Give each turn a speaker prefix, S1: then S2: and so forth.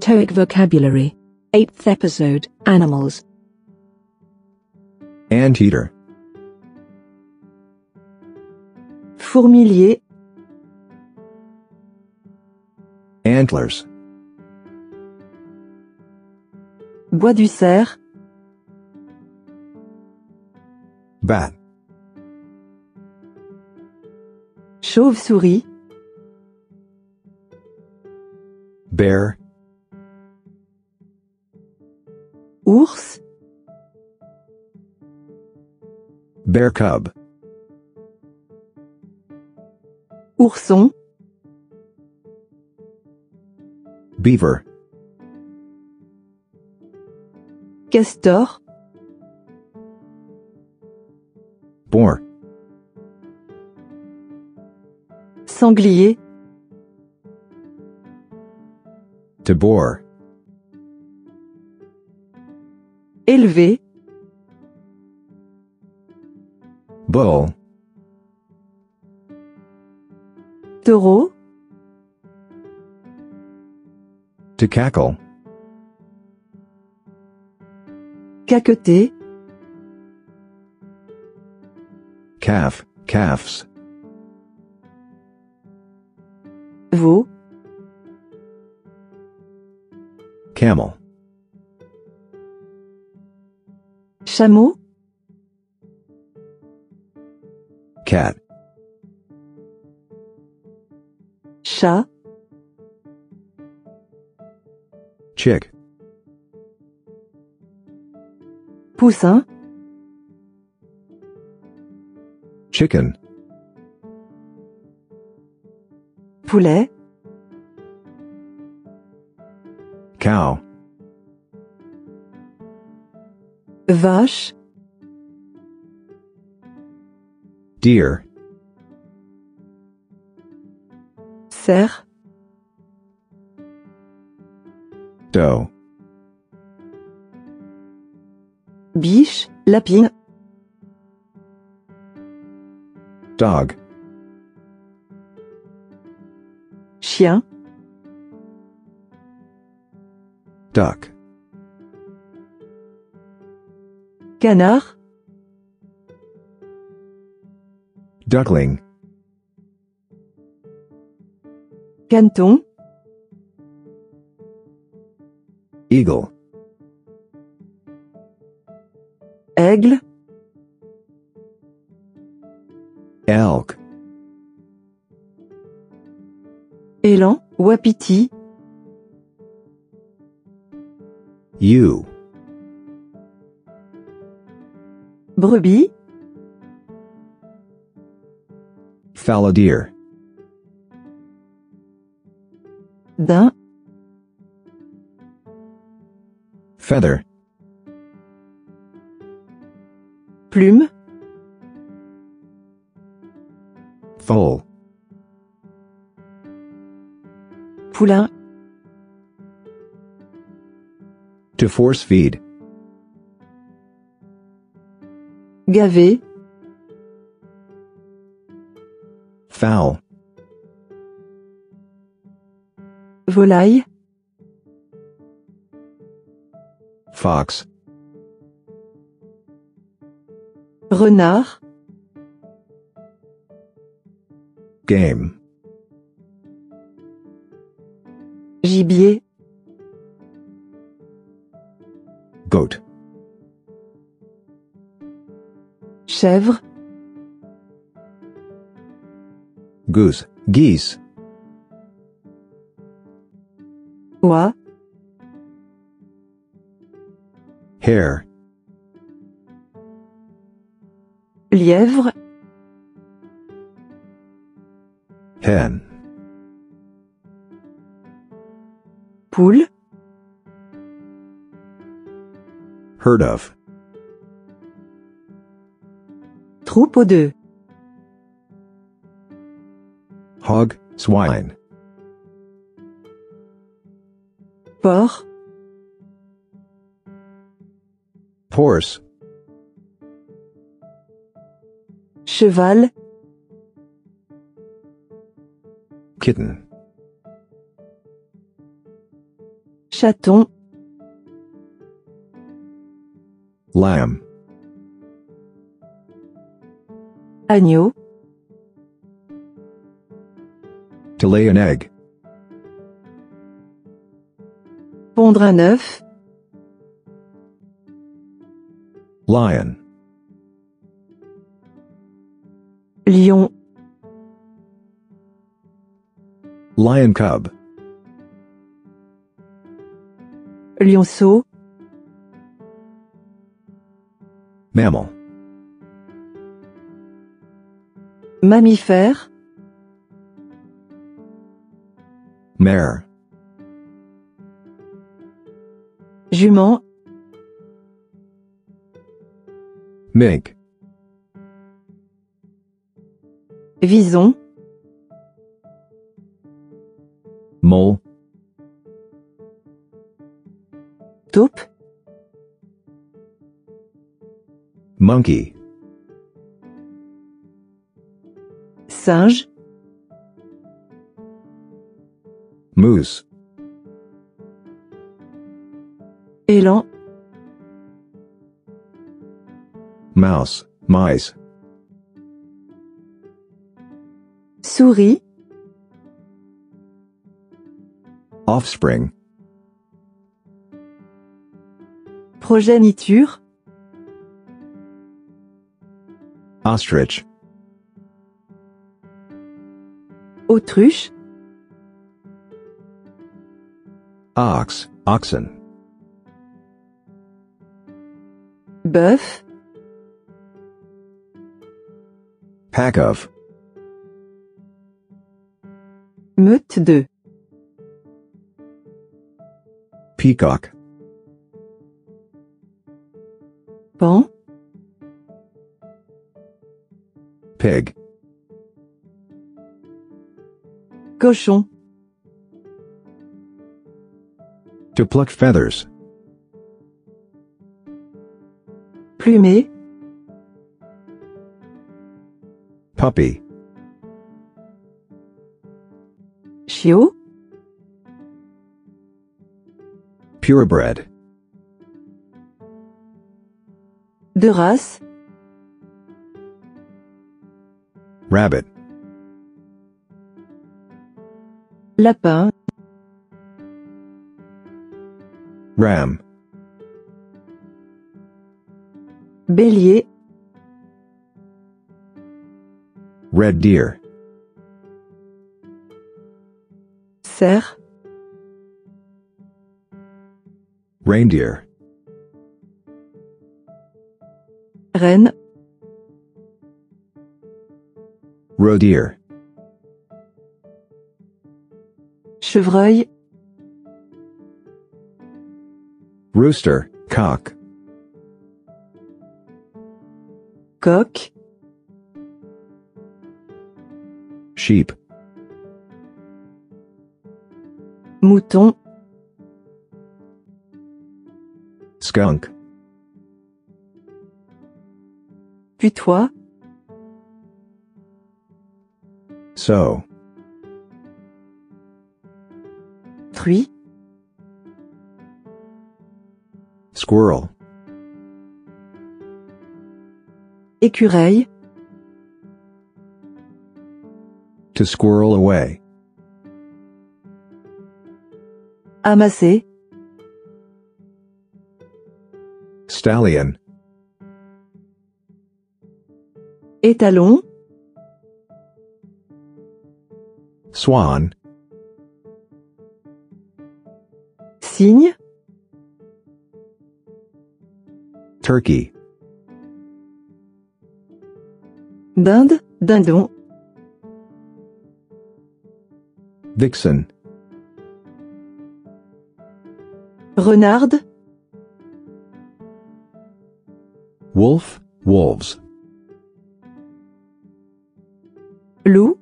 S1: Stoic Vocabulary. Eighth episode Animals.
S2: Anteater.
S1: Fourmilier,
S2: Antlers.
S1: bois du cerf,
S2: Bat.
S1: chauve-souris,
S2: Bear.
S1: ours,
S2: Bear cub.
S1: ourson,
S2: Beaver.
S1: castor,
S2: Boar.
S1: sanglier,
S2: To boar.
S1: élevé,
S2: Bull.
S1: taureau,
S2: To cackle.
S1: caqueté,
S2: Calf. Calves.
S1: veau,
S2: Camel.
S1: chameau,
S2: Cat.
S1: chat,
S2: Chick.
S1: poussin,
S2: Chicken.
S1: poulet,
S2: Cow.
S1: vache,
S2: Deer.
S1: cerf,
S2: Doe.
S1: biche, lapine,
S2: Dog.
S1: chien,
S2: Duck.
S1: canard,
S2: Duckling.
S1: caneton,
S2: Eagle.
S1: aigle,
S2: Elk.
S1: élan, wapiti,
S2: Ewe.
S1: brebis,
S2: Fallow deer.
S1: daim,
S2: Feather.
S1: plume,
S2: Foal.
S1: poulain,
S2: To force feed.
S1: gavé,
S2: Fowl.
S1: volaille,
S2: Fox.
S1: renard,
S2: Game.
S1: gibier,
S2: Goat.
S1: chèvre,
S2: Goose. Geese.
S1: oie,
S2: Hare.
S1: lièvre,
S2: Hen.
S1: poule,
S2: Heard of.
S1: troupeau de
S2: Hog, swine,
S1: porc,
S2: horse,
S1: cheval,
S2: kitten,
S1: chaton,
S2: lamb,
S1: agneau,
S2: to lay an egg,
S1: pondre un œuf,
S2: lion,
S1: lion,
S2: lion cub,
S1: lionceau,
S2: mammal,
S1: mammifère,
S2: mare,
S1: jument,
S2: mink,
S1: vison,
S2: mole,
S1: taupe,
S2: monkey,
S1: singe,
S2: moose,
S1: élan,
S2: mouse, mice,
S1: souris,
S2: offspring,
S1: progéniture,
S2: ostrich,
S1: autruche,
S2: ox, oxen,
S1: bœuf,
S2: pack of,
S1: meute de,
S2: peacock,
S1: pan,
S2: pig,
S1: cochon,
S2: to pluck feathers,
S1: plumé,
S2: puppy,
S1: chiot,
S2: purebred,
S1: de race,
S2: rabbit,
S1: lapin,
S2: ram,
S1: bélier,
S2: red deer,
S1: cerf,
S2: reindeer,
S1: reine,
S2: roe deer,
S1: chevreuil,
S2: rooster, cock,
S1: coq,
S2: sheep,
S1: mouton,
S2: skunk,
S1: putois,
S2: sow,
S1: truie,
S2: squirrel,
S1: écureuil,
S2: to squirrel away,
S1: amassé,
S2: stallion,
S1: étalon,
S2: swan,
S1: cygne,
S2: turkey,
S1: dinde, dindon,
S2: vixen,
S1: renarde,
S2: wolf, wolves,
S1: loup,